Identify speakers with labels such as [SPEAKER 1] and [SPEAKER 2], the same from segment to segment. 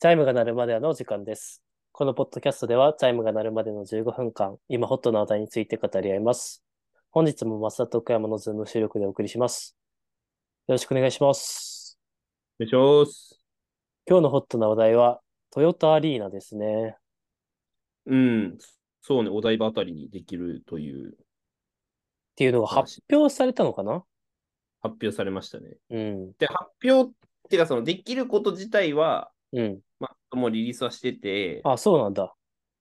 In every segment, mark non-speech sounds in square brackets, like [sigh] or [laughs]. [SPEAKER 1] チャイムが鳴るまでの時間です。このポッドキャストでは、チャイムが鳴るまでの15分間、今ホットな話題について語り合います。本日も増田徳山のズーム収録でお送りします。よろしくお願いします。
[SPEAKER 2] お願いします。
[SPEAKER 1] 今日のホットな話題は、トヨタアリーナですね。
[SPEAKER 2] うん。そうね、お台場あたりにできるという
[SPEAKER 1] っていうのが発表されたのかな
[SPEAKER 2] 発表されましたね。
[SPEAKER 1] うん、
[SPEAKER 2] で、発表っていうか、そのできること自体は、
[SPEAKER 1] うん。
[SPEAKER 2] まあ、もうリリースはしてて、
[SPEAKER 1] あ、そうなんだ。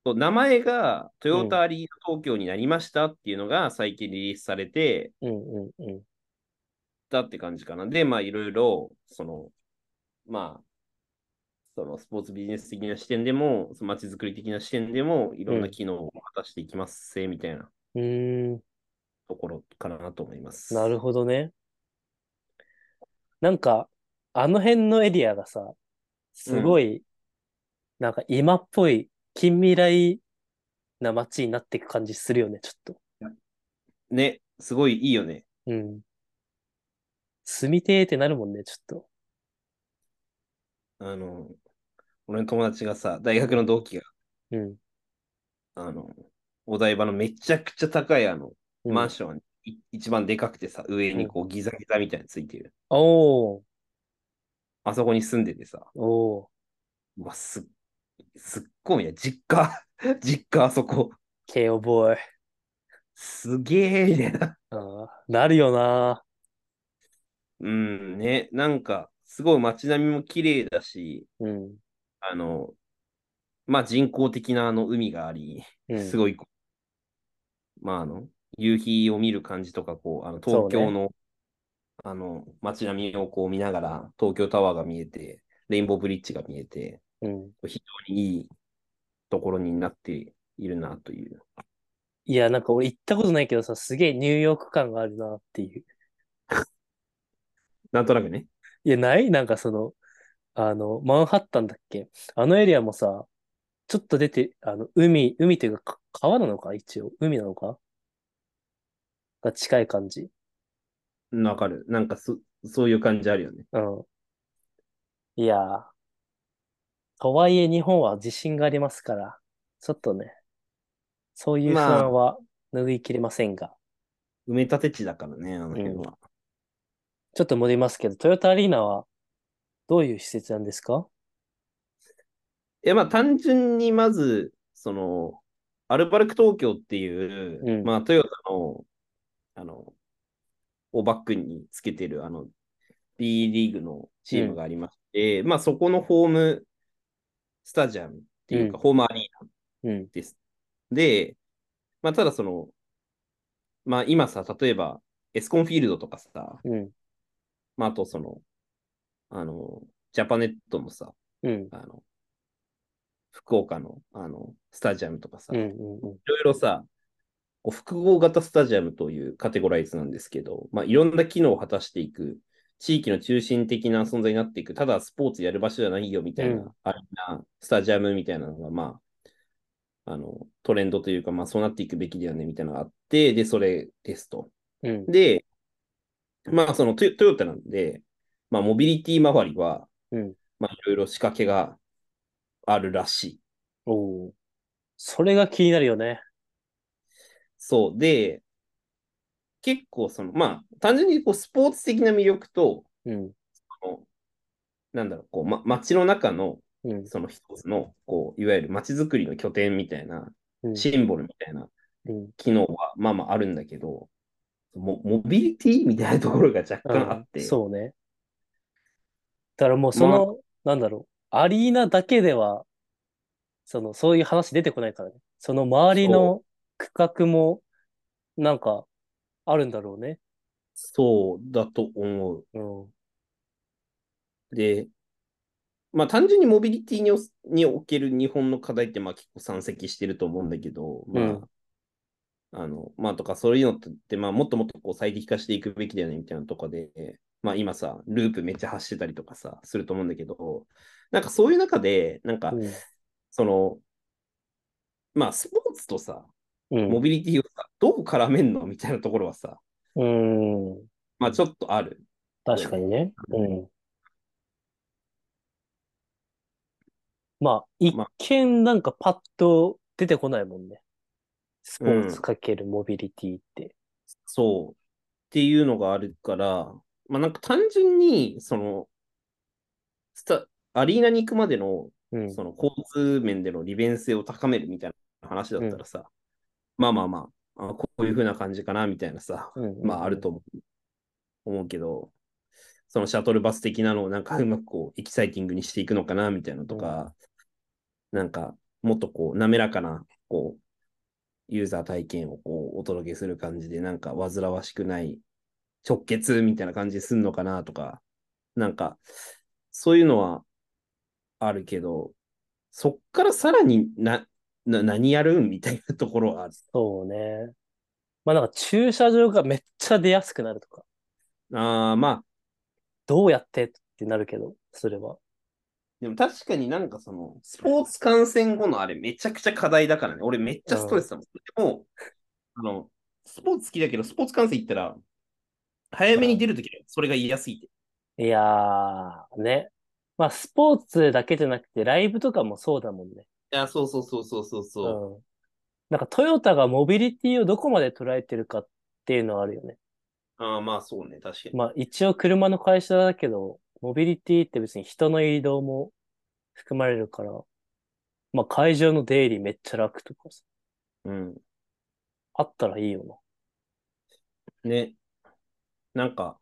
[SPEAKER 2] と名前がトヨタアリーナ東京になりましたっていうのが最近リリースされて
[SPEAKER 1] うん、うん、うん。
[SPEAKER 2] たって感じかな。で、まあ、いろいろ、その、まあ、そのスポーツビジネス的な視点でも、その街づくり的な視点でも、いろんな機能を果たしていきますせ、みたいな
[SPEAKER 1] うーん、
[SPEAKER 2] ところかなと思います。
[SPEAKER 1] なるほどね。なんか、あの辺のエリアがさ、すごい、なんか今っぽい、近未来な街になっていく感じするよね、ちょっと。
[SPEAKER 2] ね、すごいいいよね。
[SPEAKER 1] うん。住みてーってなるもんね、ちょっと。
[SPEAKER 2] あの、俺の友達がさ、大学の同期が、
[SPEAKER 1] うん。
[SPEAKER 2] あの、お台場のめちゃくちゃ高いあの、
[SPEAKER 1] うん
[SPEAKER 2] マンション、い一番でかくてさ、上にこうギザギザみたいについてる。
[SPEAKER 1] おー、
[SPEAKER 2] あそこに住んでてさ、
[SPEAKER 1] おー。
[SPEAKER 2] うわ、すっ、すっごいね、実家、 [laughs] 実家あそこ、
[SPEAKER 1] KO ボーイ。
[SPEAKER 2] すげえみたいな。
[SPEAKER 1] あーなるよな
[SPEAKER 2] うん、ね、なんか、すごい街並みも綺麗だし、
[SPEAKER 1] ー。うん。
[SPEAKER 2] あの、まあ人工的なあの海があり、
[SPEAKER 1] うん。
[SPEAKER 2] すごいこう、まあ、あの、夕日を見る感じとか、こう、あの
[SPEAKER 1] そうね
[SPEAKER 2] 東京の、あの、街並みをこう見ながら、東京タワーが見えて、レインボーブリッジが見えて、
[SPEAKER 1] うん。
[SPEAKER 2] 非常にいいところになっているなという。
[SPEAKER 1] いや、なんか俺行ったことないけどさ、すげえニューヨーク感があるなっていう。
[SPEAKER 2] なんとなくね。
[SPEAKER 1] いや、ないなんかその、あの、マンハッタンだっけあのエリアもさ、ちょっと出て、あの、海、海というか、か川なのか一応。海なのかが近い感じ。
[SPEAKER 2] うんわかる。なんかそ、そういう感じあるよね。
[SPEAKER 1] うん。いやー。とはいえ、日本は地震がありますから、ちょっとね、そういう不
[SPEAKER 2] まあ
[SPEAKER 1] 安は拭いきれませんが。
[SPEAKER 2] 埋め立て地だからね、あの辺は。
[SPEAKER 1] ちょっと戻りますけど、トヨタアリーナは、どういう施設なんですか
[SPEAKER 2] いや、まあ、単純にまず、その、アルバルク東京っていう、
[SPEAKER 1] うん
[SPEAKER 2] まあ、トヨタの、あの、をバックにつけてる、あの、B リーグのチームがありまして、まあ、そこのホームスタジアムっていうか、
[SPEAKER 1] う
[SPEAKER 2] ホームアリーナ
[SPEAKER 1] うん、
[SPEAKER 2] です。で、まあ、ただその、まあ、今さ、例えば、エスコンフィールドとかさ、
[SPEAKER 1] うん、
[SPEAKER 2] まあ、あとその、あの、ジャパネットもさ、
[SPEAKER 1] うん、
[SPEAKER 2] あの、福岡の、あの、スタジアムとかさ、
[SPEAKER 1] うん、う
[SPEAKER 2] い
[SPEAKER 1] ん、うん。
[SPEAKER 2] ろいろさ、こう複合型スタジアムというカテゴライズなんですけど、まあ、いろんな機能を果たしていく、地域の中心的な存在になっていく、ただスポーツやる場所じゃないよみたいな、
[SPEAKER 1] うん
[SPEAKER 2] あれな、スタジアムみたいなのが、まあ、あの、トレンドというか、まあ、そうなっていくべきだよねみたいなのがあって、で、それですと。
[SPEAKER 1] うん、
[SPEAKER 2] で、まあ、そのトヨトヨタなんで、まあ、モビリティ周りは、
[SPEAKER 1] うん
[SPEAKER 2] まあ、いろいろ仕掛けがあるらしい。
[SPEAKER 1] おお、それが気になるよね。
[SPEAKER 2] そう。で、結構、その、まあ、単純にこうスポーツ的な魅力と、
[SPEAKER 1] うん、
[SPEAKER 2] このなんだろう、こう、ま、街の中の、
[SPEAKER 1] うん、
[SPEAKER 2] その一つの、こう、いわゆる街づくりの拠点みたいな、
[SPEAKER 1] うん、
[SPEAKER 2] シンボルみたいな
[SPEAKER 1] うん、
[SPEAKER 2] 機能は、まあまああるんだけど、モモビリティみたいなところが若干あって、
[SPEAKER 1] そうね。だからもうその、なんだろう、アリーナだけでは、その、そういう話出てこないからね。その周りの区画も、なんか、あるんだろうね。
[SPEAKER 2] そうだと思う。
[SPEAKER 1] うん、
[SPEAKER 2] で、まあ単純にモビリティにおにおける日本の課題ってまあ結構山積してると思うんだけど、まあ、
[SPEAKER 1] うん
[SPEAKER 2] あの、まあとかそういうのって、まあもっともっとこう最適化していくべきだよねみたいなとかで、まあ今さ、ループめっちゃ走ってたりとかさ、すると思うんだけど、なんかそういう中で、なんか
[SPEAKER 1] うん、
[SPEAKER 2] その、まあスポーツとさ、
[SPEAKER 1] うん
[SPEAKER 2] モビリティをさ、どう絡めんのみたいなところはさ、
[SPEAKER 1] うん、
[SPEAKER 2] まあちょっとある。
[SPEAKER 1] 確かにね。うん、まあ、一見なんかパッと出てこないもんね。スポーツかけるモビリティって。
[SPEAKER 2] そう。っていうのがあるから、まあなんか単純に、その、スタ、アリーナに行くまでの、
[SPEAKER 1] うん。
[SPEAKER 2] その交通面での利便性を高めるみたいな話だったらさ、まあまあまあ、あこういう風な感じかな、みたいなさ、
[SPEAKER 1] うん
[SPEAKER 2] まああると思う思うけど、そのシャトルバス的なのをなんかうまくこうエキサイティングにしていくのかなみたいなのとか、なんかもっとこう滑らかなこうユーザー体験をこうお届けする感じで、なんか煩わしくない直結みたいな感じにすんのかなとか、なんかそういうのはあるけど、そっからさらにな、な何やるんみたいなところはある。
[SPEAKER 1] そうね。まあなんか駐車場がめっちゃ出やすくなるとか、
[SPEAKER 2] ああ、まあ、
[SPEAKER 1] どうやってってなるけど、それは。
[SPEAKER 2] でも確かになんかその、スポーツ観戦後のあれめちゃくちゃ課題だからね。俺めっちゃストレスだもん。でも、あの、スポーツ好きだけど、スポーツ観戦行ったら、早めに出るときそれが嫌すぎて。
[SPEAKER 1] いやー、ね。まあスポーツだけじゃなくて、ライブとかもそうだもんね。
[SPEAKER 2] いや、そうそうそうそうそう
[SPEAKER 1] う
[SPEAKER 2] そ
[SPEAKER 1] ん。なんかトヨタがモビリティをどこまで捉えてるかっていうのはあるよね。
[SPEAKER 2] う。ああ、まあそうね、確かに。
[SPEAKER 1] まあ一応車の会社だけど、モビリティって別に人の移動も含まれるから、まあ会場の出入りめっちゃ楽とかさ
[SPEAKER 2] うん。
[SPEAKER 1] あったらいいよな。
[SPEAKER 2] ね。なんか、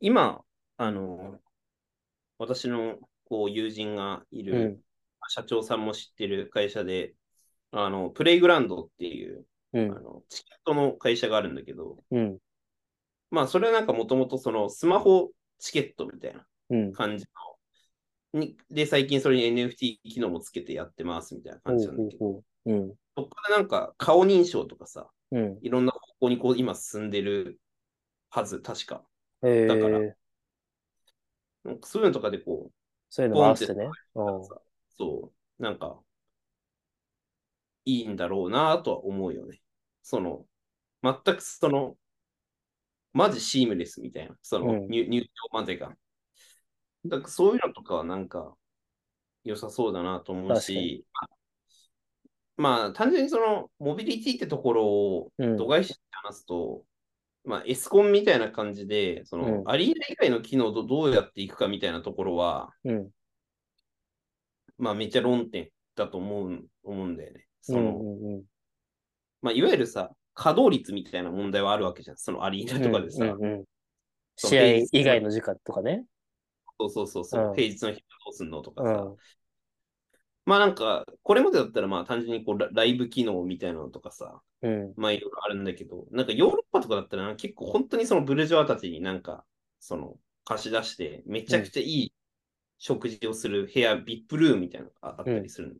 [SPEAKER 2] 今、あの、私のこう友人がいる、
[SPEAKER 1] うん
[SPEAKER 2] 社長さんも知ってる会社で、あの、プレイグラウンドっていう、
[SPEAKER 1] う
[SPEAKER 2] あのチケットの会社があるんだけど、
[SPEAKER 1] ん、うん、
[SPEAKER 2] まあ、それはなんかもともとそのスマホチケットみたいな
[SPEAKER 1] うん。
[SPEAKER 2] 感じのに、で、最近それに NFT 機能もつけてやってますみたいな感じなんだけど、
[SPEAKER 1] ほうほうほううん、
[SPEAKER 2] そこからなんか顔認証とかさ、
[SPEAKER 1] うん。
[SPEAKER 2] いろんな方向にこう今進んでるはず、確か。
[SPEAKER 1] え
[SPEAKER 2] だから
[SPEAKER 1] ー、
[SPEAKER 2] なんかそういうのとかでこ
[SPEAKER 1] そういうのも合わせてね。う
[SPEAKER 2] う、
[SPEAKER 1] ん。
[SPEAKER 2] そう、なんか、いいんだろうなとは思うよね。その、全くその、マジシームレスみたいな、その、
[SPEAKER 1] うん
[SPEAKER 2] 入入場までが。だからそういうのとかはなんか、良さそうだなと思うし、まあ、単純にその、モビリティってところを
[SPEAKER 1] うん
[SPEAKER 2] 度外視して話すと、まあ、エスコンみたいな感じで、その、
[SPEAKER 1] うん
[SPEAKER 2] アリーナ以外の機能とどうやっていくかみたいなところは、
[SPEAKER 1] うん。
[SPEAKER 2] まあ、めっちゃ論点だと思う、思うんだよね。そ
[SPEAKER 1] うん。う
[SPEAKER 2] の、
[SPEAKER 1] ん。うん。
[SPEAKER 2] まあ、いわゆるさ、稼働率みたいな問題はあるわけじゃん。そのアリーナとかでさ、
[SPEAKER 1] うんうん
[SPEAKER 2] その
[SPEAKER 1] 試合以外の時間とかね。
[SPEAKER 2] そうそうそうそう、
[SPEAKER 1] うん
[SPEAKER 2] 平日の日はどうすんのとか
[SPEAKER 1] う
[SPEAKER 2] さ。
[SPEAKER 1] ん。
[SPEAKER 2] まあなんか、これまでだったらまあ単純にこうラライブ機能みたいなのとかさ、
[SPEAKER 1] うん。
[SPEAKER 2] まあいろいろあるんだけど、なんかヨーロッパとかだったらなんか結構本当にそのブルジョワたちになんか、その貸し出して、めちゃくちゃいい食事をする部屋、ビップルームみたいなのがああったりするの。
[SPEAKER 1] へ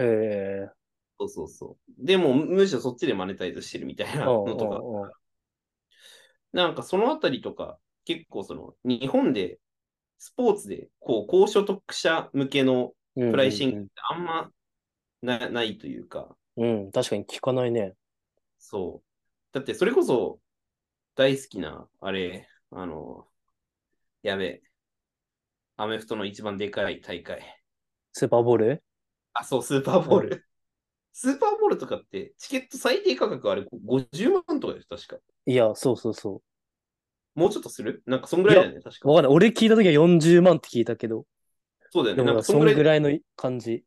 [SPEAKER 1] え。
[SPEAKER 2] そうそうそう。でも、むむしろそっちでマネタイズしてるみたいな
[SPEAKER 1] うんう
[SPEAKER 2] のと
[SPEAKER 1] ん
[SPEAKER 2] か、
[SPEAKER 1] うん。
[SPEAKER 2] なんかそのあたりとか、結構その日本でスポーツでこう高所得者向けの
[SPEAKER 1] うん。
[SPEAKER 2] プライシングってあんまな,、ないというか、
[SPEAKER 1] うん。うん。確かに聞かないね。
[SPEAKER 2] そう。だってそれこそ大好きな、あれ、あの、やべえ、アメフトの一番でかい大会。
[SPEAKER 1] スーパーボール
[SPEAKER 2] あ、そう、スーパーボール。 [laughs] スーパーボールとかって、チケット最低価格あれ50万とかです、確か。
[SPEAKER 1] いや、そうそうそ
[SPEAKER 2] もうちょっとするなんかそんぐらいだよね、確
[SPEAKER 1] う。わか
[SPEAKER 2] か。
[SPEAKER 1] んない。俺聞いた時は40万って聞いたけど。
[SPEAKER 2] そうだよ
[SPEAKER 1] で
[SPEAKER 2] ね、なん
[SPEAKER 1] も、
[SPEAKER 2] か
[SPEAKER 1] そ
[SPEAKER 2] そ
[SPEAKER 1] ん
[SPEAKER 2] んぐらい
[SPEAKER 1] ぐ
[SPEAKER 2] だ
[SPEAKER 1] らいの感じ。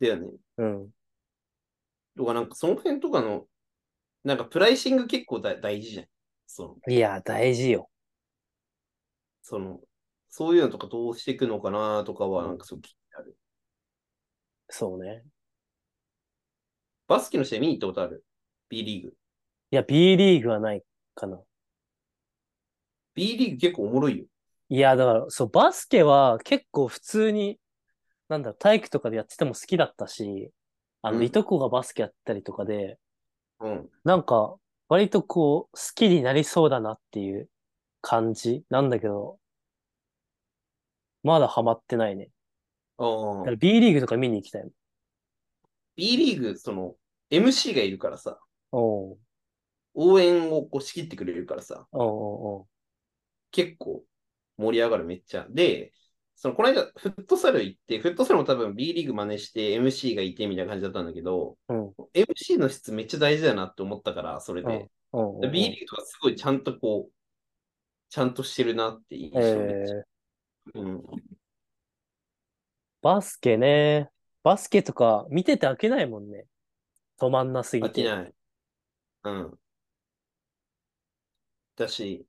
[SPEAKER 2] よね。
[SPEAKER 1] うん。
[SPEAKER 2] とか、なんかその辺とかの、なんかプライシング結構だ大事じゃん。その、
[SPEAKER 1] いや、大事よ。
[SPEAKER 2] その、そういうのとかどうしていくのかなとかは、
[SPEAKER 1] うん
[SPEAKER 2] なんかそう気になる。
[SPEAKER 1] そうね。
[SPEAKER 2] バスケの試合見に行ったことある ?B リーグ。
[SPEAKER 1] いや、B リーグはないかな。
[SPEAKER 2] B リーグ結構おもろいよ。
[SPEAKER 1] いや、だから、そう、バスケは結構普通に、なんだろう、体育とかでやってても好きだったし、あの、
[SPEAKER 2] うん
[SPEAKER 1] いとこがバスケやったりとかで、
[SPEAKER 2] うん。
[SPEAKER 1] なんか、割とこう、好きになりそうだなっていう感じなんだけど、まだハマってないね。だ
[SPEAKER 2] あ
[SPEAKER 1] か
[SPEAKER 2] あ
[SPEAKER 1] ら。B リーグとか見に行きたいもん。
[SPEAKER 2] B リーグ、その、MC がいるからさ、
[SPEAKER 1] おう
[SPEAKER 2] 応援をこう仕切ってくれるからさ、
[SPEAKER 1] おうおうおう
[SPEAKER 2] 結構盛り上がるめっちゃ。で、そのこの間、フットサル行って、フットサルも多分 B リーグ真似して MC がいてみたいな感じだったんだけど、
[SPEAKER 1] うん
[SPEAKER 2] MC の質めっちゃ大事だなって思ったから、それで。
[SPEAKER 1] うんうん
[SPEAKER 2] で B リーグはすごいちゃんとこう、ちゃんとしてるなって印象
[SPEAKER 1] え
[SPEAKER 2] めっちゃ。
[SPEAKER 1] ー
[SPEAKER 2] うん、
[SPEAKER 1] バスケね。バスケとか見てて飽きないもんね。止まんなすぎ
[SPEAKER 2] 飽き
[SPEAKER 1] て。
[SPEAKER 2] ない。うん。だし、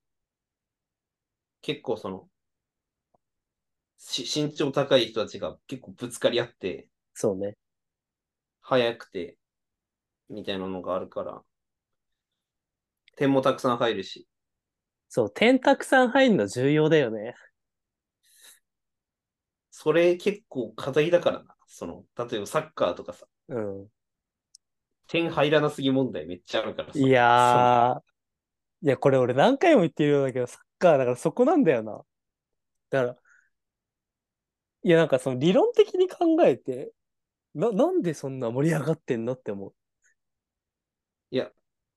[SPEAKER 2] 結構その、し身長高い人たちが結構ぶつかり合って、
[SPEAKER 1] そうね。
[SPEAKER 2] 速くて、みたいなのがあるから、点もたくさん入るし、
[SPEAKER 1] そう、点たくさん入るの重要だよね。
[SPEAKER 2] それ結構課題だからな。その、例えばサッカーとかさ、
[SPEAKER 1] うん。
[SPEAKER 2] 点入らなすぎ問題めっちゃあるからさ。
[SPEAKER 1] いやー、いや、これ俺何回も言ってるようだけど、サッカーだからそこなんだよな。だから、いや、なんかその理論的に考えて、な、なんでそんな盛り上がってんのって思う。
[SPEAKER 2] いや。
[SPEAKER 1] い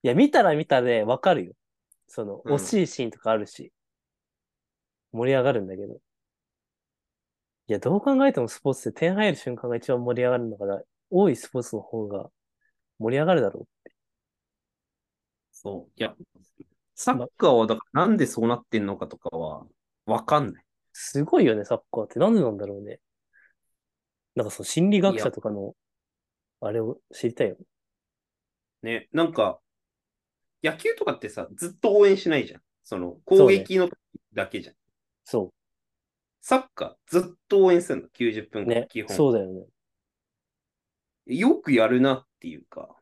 [SPEAKER 1] や、見たら見たでわかるよ。その、
[SPEAKER 2] うん
[SPEAKER 1] 惜しいシーンとかあるし、盛り上がるんだけど。いや、どう考えてもスポーツって点入る瞬間が一番盛り上がるんだから、多いスポーツの方が盛り上がるだろう。
[SPEAKER 2] そう。いや、サッカーはだからなんでそうなってんのかとかは、わかんない。
[SPEAKER 1] すごいよね、サッカーって。なんでなんだろうね。なんかその心理学者とかの、あれを知りたいよ。
[SPEAKER 2] ね、なんか、野球とかってさ、ずっと応援しないじゃん。その、
[SPEAKER 1] そ
[SPEAKER 2] 攻
[SPEAKER 1] うね
[SPEAKER 2] 撃の時だけじゃん。
[SPEAKER 1] そ
[SPEAKER 2] サッカー、ずっと応援するの、90
[SPEAKER 1] う。
[SPEAKER 2] 分間、
[SPEAKER 1] ね
[SPEAKER 2] 基。本。
[SPEAKER 1] そうだよね。
[SPEAKER 2] よくやるなっていうか。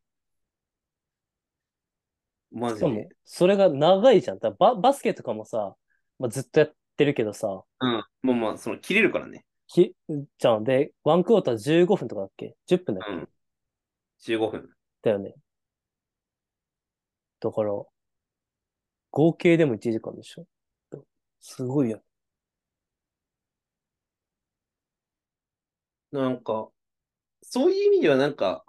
[SPEAKER 2] マ
[SPEAKER 1] し
[SPEAKER 2] ジ
[SPEAKER 1] かも
[SPEAKER 2] で。、
[SPEAKER 1] それが長いじゃん。だからババスケとかもさ、まあ、ずっとやってるけどさ、
[SPEAKER 2] うん。まあまあ、その、切れるからね。
[SPEAKER 1] きじゃん。で、ワンクォーター15分とかだっけ ?10 分だっけ、
[SPEAKER 2] うん。15分。
[SPEAKER 1] だよね。だから、合計でも1時間でしょ。すごいよ。
[SPEAKER 2] なんか、そういう意味ではなんか、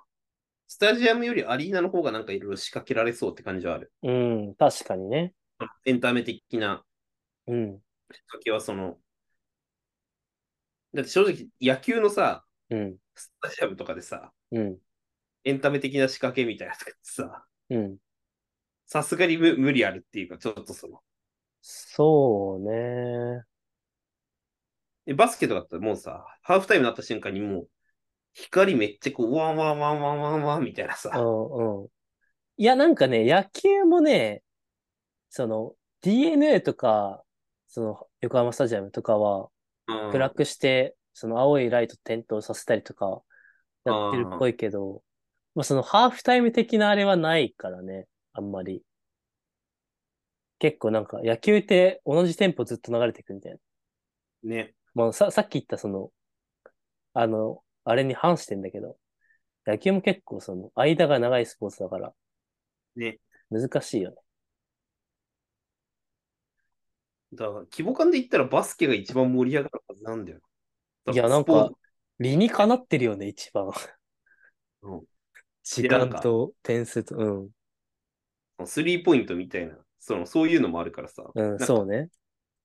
[SPEAKER 2] スタジアムよりアリーナの方がなんかいろいろ仕掛けられそうって感じはある。
[SPEAKER 1] うん、確かにね。
[SPEAKER 2] エンタメ的な
[SPEAKER 1] うん、
[SPEAKER 2] 仕掛けはその、だって正直野球のさ、
[SPEAKER 1] うん、
[SPEAKER 2] スタジアムとかでさ、
[SPEAKER 1] うん、
[SPEAKER 2] エンタメ的な仕掛けみたいなとかってさ、
[SPEAKER 1] うん。
[SPEAKER 2] さすがに無無理あるっていうか、ちょっとその、
[SPEAKER 1] そうね。
[SPEAKER 2] えバスケとかだってもうさ、ハーフタイムになった瞬間にもう、光めっちゃこう、ワンワンワンワンワンワンみたいな
[SPEAKER 1] う
[SPEAKER 2] さ、
[SPEAKER 1] んうん。いや、なんかね、野球もね、その、DNA とか、その、横浜スタジアムとかは、
[SPEAKER 2] うん
[SPEAKER 1] 暗くして、その青いライト点灯させたりとか、やってるっぽいけど、まあ、そのハーフタイム的なあれはないからね、あんまり。結構なんか、野球って同じテンポずっと流れていくみたいな。
[SPEAKER 2] ね。
[SPEAKER 1] まあ、さ、さっき言ったその、あの、あれに反してんだけど、野球も結構その、間が長いスポーツだから、
[SPEAKER 2] ね。
[SPEAKER 1] 難しいよね。
[SPEAKER 2] だから、規模感で言ったらバスケが一番盛り上がるはずなんだよ。
[SPEAKER 1] いやなんか
[SPEAKER 2] スポーツ
[SPEAKER 1] 理にかなってるよね、一番。
[SPEAKER 2] うん
[SPEAKER 1] 時間と点数と、うん。
[SPEAKER 2] のスリーポイントみたいな、その、そういうのもあるからさ、
[SPEAKER 1] うん、
[SPEAKER 2] なんか
[SPEAKER 1] そうね。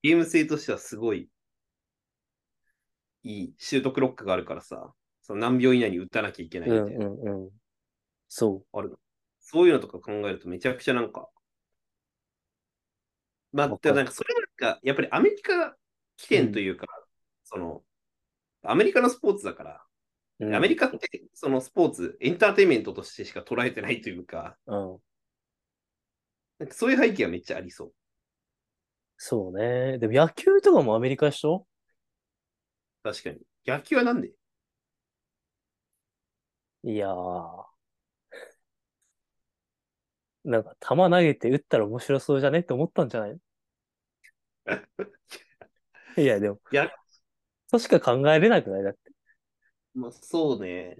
[SPEAKER 2] ゲーム性としてはすごい、いい、シュートクロックがあるからさ、その何秒以内に打たなきゃいけないうみ
[SPEAKER 1] ん、
[SPEAKER 2] たいな。
[SPEAKER 1] うん、うん。そ
[SPEAKER 2] あるそういうのとか考えるとめちゃくちゃなんか、まあ、
[SPEAKER 1] わかる
[SPEAKER 2] でもなんかそれなんか、やっぱりアメリカ起点というか、その、アメリカのスポーツだから、
[SPEAKER 1] う。うん
[SPEAKER 2] アメリカってそのスポーツ、エンターテインメントとしてしか捉えてないというか、
[SPEAKER 1] うん。
[SPEAKER 2] なんかそういう背景はめっちゃありそう。
[SPEAKER 1] そうね。でも野球とかもアメリカでしょ
[SPEAKER 2] 確かに。野球はなんで
[SPEAKER 1] いやー。なんか、球投げて打ったら面白そうじゃねって思ったんじゃないのいや、でも、
[SPEAKER 2] [laughs] いや
[SPEAKER 1] としか考えれなくないだって。
[SPEAKER 2] まあ、そうね。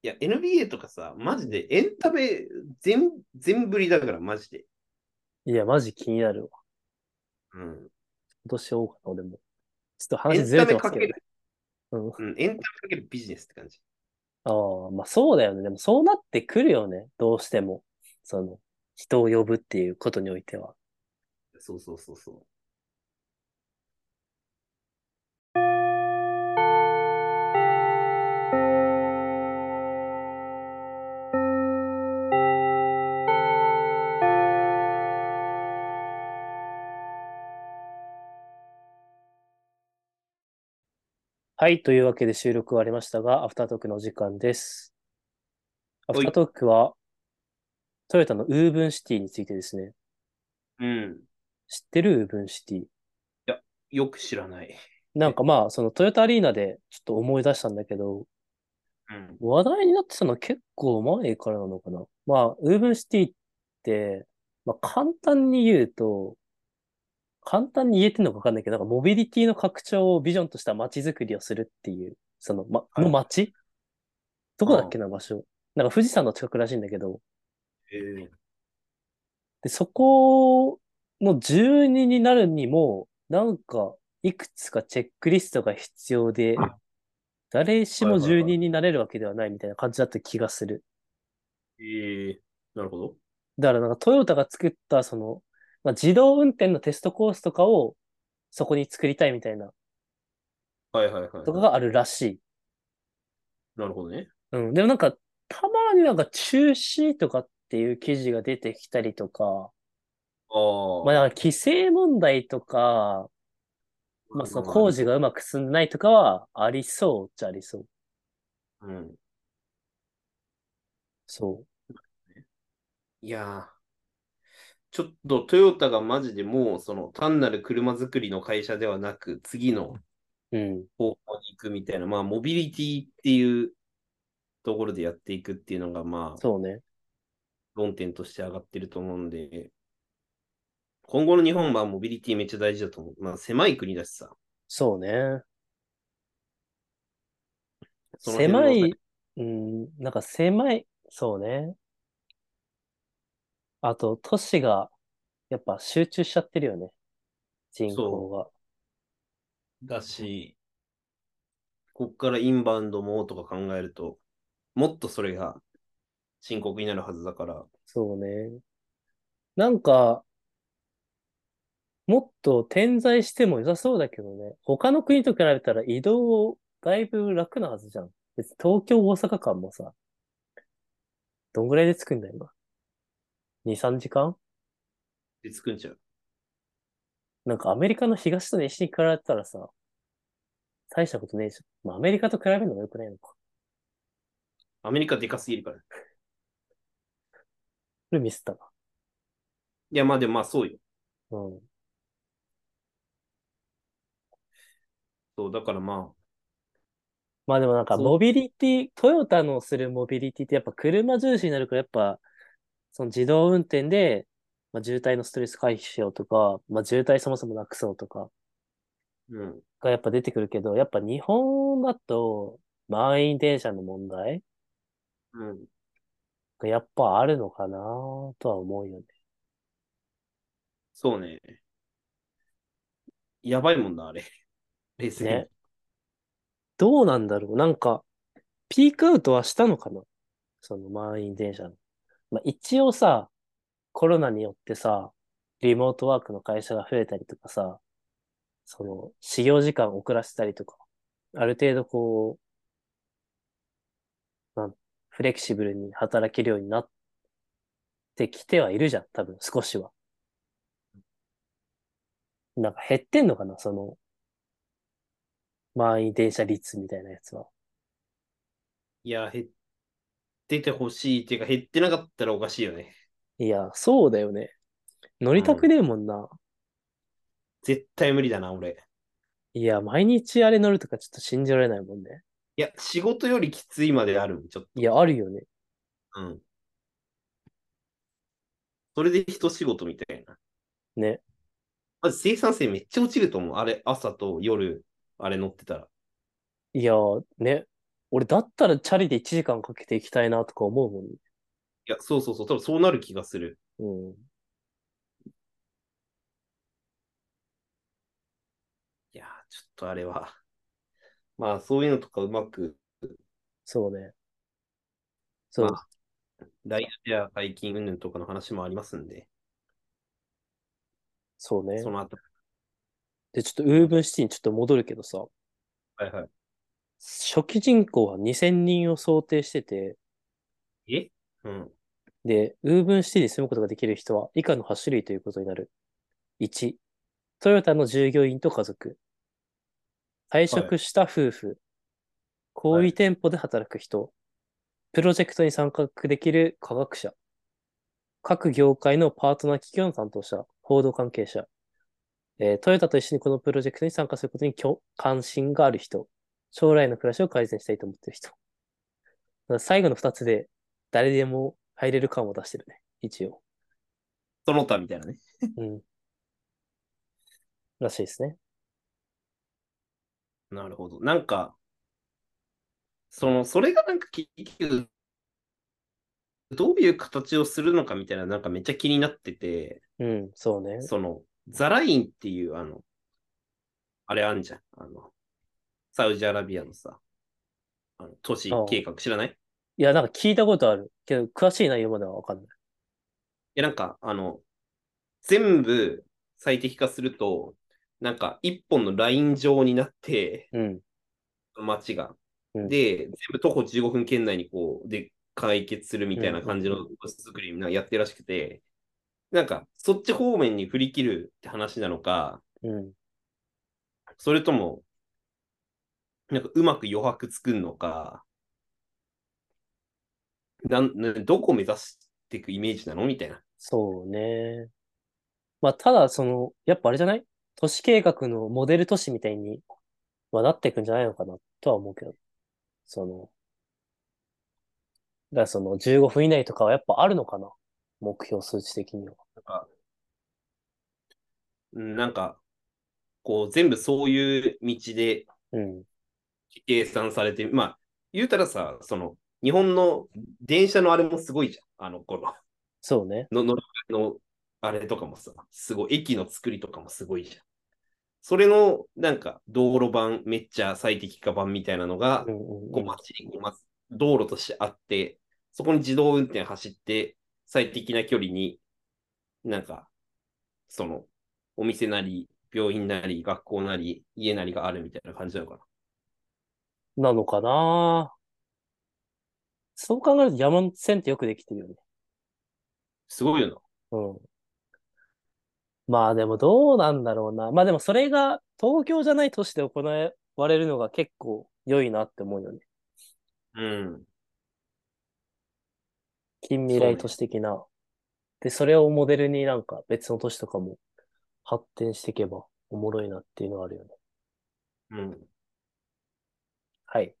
[SPEAKER 2] いや、NBA とかさ、マジでエンタメ全、全振りだから、マジで。
[SPEAKER 1] いや、マジ気になるわ。
[SPEAKER 2] うん。
[SPEAKER 1] 今年多かな、俺も。ちょっと
[SPEAKER 2] エ
[SPEAKER 1] 話
[SPEAKER 2] ン
[SPEAKER 1] ずれ
[SPEAKER 2] タ
[SPEAKER 1] てま
[SPEAKER 2] メ
[SPEAKER 1] す
[SPEAKER 2] か
[SPEAKER 1] け
[SPEAKER 2] け
[SPEAKER 1] どね
[SPEAKER 2] る、
[SPEAKER 1] うん
[SPEAKER 2] うん、エンタメかけるビジネスって感じ。
[SPEAKER 1] ああ、まあそうだよね。でもそうなってくるよね。どうしても。その、人を呼ぶっていうことにおいては。
[SPEAKER 2] そうそうそうそう。
[SPEAKER 1] はい。というわけで収録終わりましたが、アフタートークのお時間です。ア
[SPEAKER 2] は
[SPEAKER 1] フ
[SPEAKER 2] い
[SPEAKER 1] タートークは、トヨタのウーブンシティについてですね。
[SPEAKER 2] うん。
[SPEAKER 1] 知ってるウーブンシティ。
[SPEAKER 2] よく知らない。
[SPEAKER 1] なんかまあ、そのトヨタアリーナでちょっと思い出したんだけど、
[SPEAKER 2] うん。
[SPEAKER 1] 話題になってたのは結構前からなのかな。まあ、ウーブンシティって、まあ簡単に言うと、簡単に言えてるのかわかんないけど、なんかモビリティの拡張をビジョンとした街づくりをするっていう、その、ま、
[SPEAKER 2] はい
[SPEAKER 1] の街どこだっけな場所。なんか富士山の近くらしいんだけど、
[SPEAKER 2] えー
[SPEAKER 1] で、そこの住人になるにも、なんか、いくつかチェックリストが必要で、誰しも住人になれるわけではないみたいな感じだった気がする。
[SPEAKER 2] えーなるほど。
[SPEAKER 1] だからなんかトヨタが作ったその、まあ、自動運転のテストコースとかをそこに作りたいみたいな
[SPEAKER 2] はいはいはい。
[SPEAKER 1] とかがあるらしい。
[SPEAKER 2] なるほどね。
[SPEAKER 1] うん。でもなんかたまになんか中止とかっていう記事が出てきたりとか、
[SPEAKER 2] ああ。
[SPEAKER 1] まあなんか規制問題とか、まあその工事がうまく進んでないとかはありそうっちゃありそう。
[SPEAKER 2] うん。
[SPEAKER 1] そ
[SPEAKER 2] いやーちょっとトヨタがマジでもうその単なる車作りの会社ではなく次の
[SPEAKER 1] う。うん。
[SPEAKER 2] 方向に行くみたいな、まあモビリティっていうところでやっていくっていうのがまあ
[SPEAKER 1] そうね。
[SPEAKER 2] 論点として上がってると思うんで、今後の日本はモビリティめっちゃ大事だと思う。まあ狭い国だしさ。
[SPEAKER 1] そうね。
[SPEAKER 2] その辺の
[SPEAKER 1] 狭い、うん、なんか狭い、そうね。あと、都市が、やっぱ集中しちゃってるよね。人口が。
[SPEAKER 2] だし、こっからインバウンドもとか考えると、もっとそれが深刻になるはずだから、
[SPEAKER 1] そうね。なんか、もっと点在しても良さそうだけどね。他の国と比べたら移動、だいぶ楽なはずじゃん。別に東京、大阪間もさ、どんぐらいで着くんだよ、今。2、3時間
[SPEAKER 2] で作んちゃう。
[SPEAKER 1] なんかアメリカの東と西に比べたらさ、大したことねえじゃん。まあ、アメリカと比べるのも良くないのか。
[SPEAKER 2] アメリカでかすぎるから。い
[SPEAKER 1] それミスったな。
[SPEAKER 2] や、まあでもまあそうよ。
[SPEAKER 1] うん。
[SPEAKER 2] そう、だからま
[SPEAKER 1] まあでもなんか
[SPEAKER 2] そう
[SPEAKER 1] モビリティ、トヨタのするモビリティってやっぱ車重視になるからやっぱ、その自動運転で、まあ、渋滞のストレス回避しようとか、まあ、渋滞そもそもなくそうとか
[SPEAKER 2] あ、うん。
[SPEAKER 1] がやっぱ出てくるけど、やっぱ日本だと満員電車の問題
[SPEAKER 2] うん。
[SPEAKER 1] がやっぱあるのかなとは思うよね。
[SPEAKER 2] そうね。やばいもんな、あれ。 [laughs] 冷静に。
[SPEAKER 1] ねどうなんだろうなんか、ピークアウトはしたのかなその満員電車の。まあ、一応さ、コロナによってさ、リモートワークの会社が増えたりとかさ、その、始業時間遅らせたりとか、ある程度こう、なんフレキシブルに働けるようになってきてはいるじゃん、多分、少しは。なんか減ってんのかなその、満員電車率みたいなやつは。
[SPEAKER 2] いや、減っててほしいっていうか、減ってなかったらおかしいよね。
[SPEAKER 1] いや、そうだよね。乗りたくねえもんな。
[SPEAKER 2] 絶対無理だな、俺。
[SPEAKER 1] いや、毎日あれ乗るとかちょっと信じられないもんね。
[SPEAKER 2] いや、仕事よりきついまである、ちょっ
[SPEAKER 1] いや、あるよね。
[SPEAKER 2] と。うん。それで一仕事みたいな。
[SPEAKER 1] ね。
[SPEAKER 2] まず生産性めっちゃ落ちると思う。あれ、朝と夜、あれ乗ってたら。
[SPEAKER 1] いや、ね。俺だったらチャリで1時間かけて行きたいなとか思うもんね。
[SPEAKER 2] いや、そうそうそう、多分そうなる気がする。
[SPEAKER 1] うん。
[SPEAKER 2] いやー、ちょっとあれは。まあ、そういうのとかうまく、
[SPEAKER 1] そうね。そう。
[SPEAKER 2] まライドシェア解禁云々とかの話もありますんで、
[SPEAKER 1] そうね
[SPEAKER 2] そ。の後。
[SPEAKER 1] で、ちょっとウーブンシティにちょっと戻るけどさ、
[SPEAKER 2] はいは
[SPEAKER 1] 初期人口は2000人を想定してて、
[SPEAKER 2] い。えうん。
[SPEAKER 1] で、ウーブンシティに住むことができる人は以下の8種類ということになる。1、トヨタの従業員と家族。退職した夫婦、小売店舗で働く人、プロジェクトに参画できる科学者、各業界のパートナー企業の担当者、報道関係者、えートヨタと一緒にこのプロジェクトに参加することに興関心がある人、将来の暮らしを改善したいと思ってる人。だから最後の二つで、誰でも入れる感を出してるね、一応。
[SPEAKER 2] その他みたいなね。
[SPEAKER 1] うん。らしいですね。
[SPEAKER 2] なるほど。なんか、その、それがなんか結局、どういう形をするのかみたいな、なんかめっちゃ気になってて、
[SPEAKER 1] うん、そうね。
[SPEAKER 2] その、ザラインっていう、あの、あれあんじゃん。あの、サウジアラビアのさ、あの都市計画知らない
[SPEAKER 1] いや、なんか聞いたことある。けど、詳しい内容まではわかんない。
[SPEAKER 2] え、なんか、あの、全部最適化すると、なんか一本のライン上になって、
[SPEAKER 1] うん。
[SPEAKER 2] 街が。
[SPEAKER 1] うん
[SPEAKER 2] で、全部徒歩15分圏内にこう、で、解決するみたいな感じの作りなやってるらしくて、なんか、そっち方面に振り切るって話なのか、
[SPEAKER 1] うん。
[SPEAKER 2] それとも、なんかうまく余白作るのか、なんなんどこを目指していくイメージなのみたいな。
[SPEAKER 1] そうね。まあ、ただ、その、やっぱあれじゃない都市計画のモデル都市みたいにはなっていくんじゃないのかなとは思うけど。その、だからその15分以内とかはやっぱあるのかな目標数値的には。
[SPEAKER 2] なんか、うんなんか、こう、全部そういう道で
[SPEAKER 1] うん。
[SPEAKER 2] 計算されて、まあ、言うたらさ、その、日本の電車のあれもすごいじゃん。あの、こ
[SPEAKER 1] そうね。
[SPEAKER 2] の、の、の、のあれとかもさ、すごい、駅の作りとかもすごいじゃん。それの、なんか、道路版、めっちゃ最適化版みたいなのが、
[SPEAKER 1] うんうん
[SPEAKER 2] こう街にこうまず道路としてあって、そこに自動運転走って、最適な距離に、なんか、その、お店なり、病院なり、学校なり、家なりがあるみたいな感じなのか
[SPEAKER 1] うん。なのかなそう考えると山手線ってよくできてるよね。
[SPEAKER 2] な。すごいよな。
[SPEAKER 1] うん。まあでもどうなんだろうな。まあでもそれが東京じゃない都市で行われるのが結構良いなって思うよね。
[SPEAKER 2] うん。
[SPEAKER 1] 近未来都市的な。で、それをモデルになんか別の都市とかも発展していけばおもろいなっていうのはあるよね。
[SPEAKER 2] うん。
[SPEAKER 1] はい。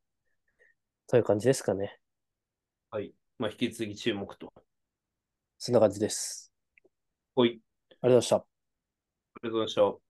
[SPEAKER 1] そういう感じですかね。
[SPEAKER 2] はい。まあ、引き続き注目と。
[SPEAKER 1] そんな感じです。
[SPEAKER 2] はい。
[SPEAKER 1] ありがとうございました。
[SPEAKER 2] ありがとうございました。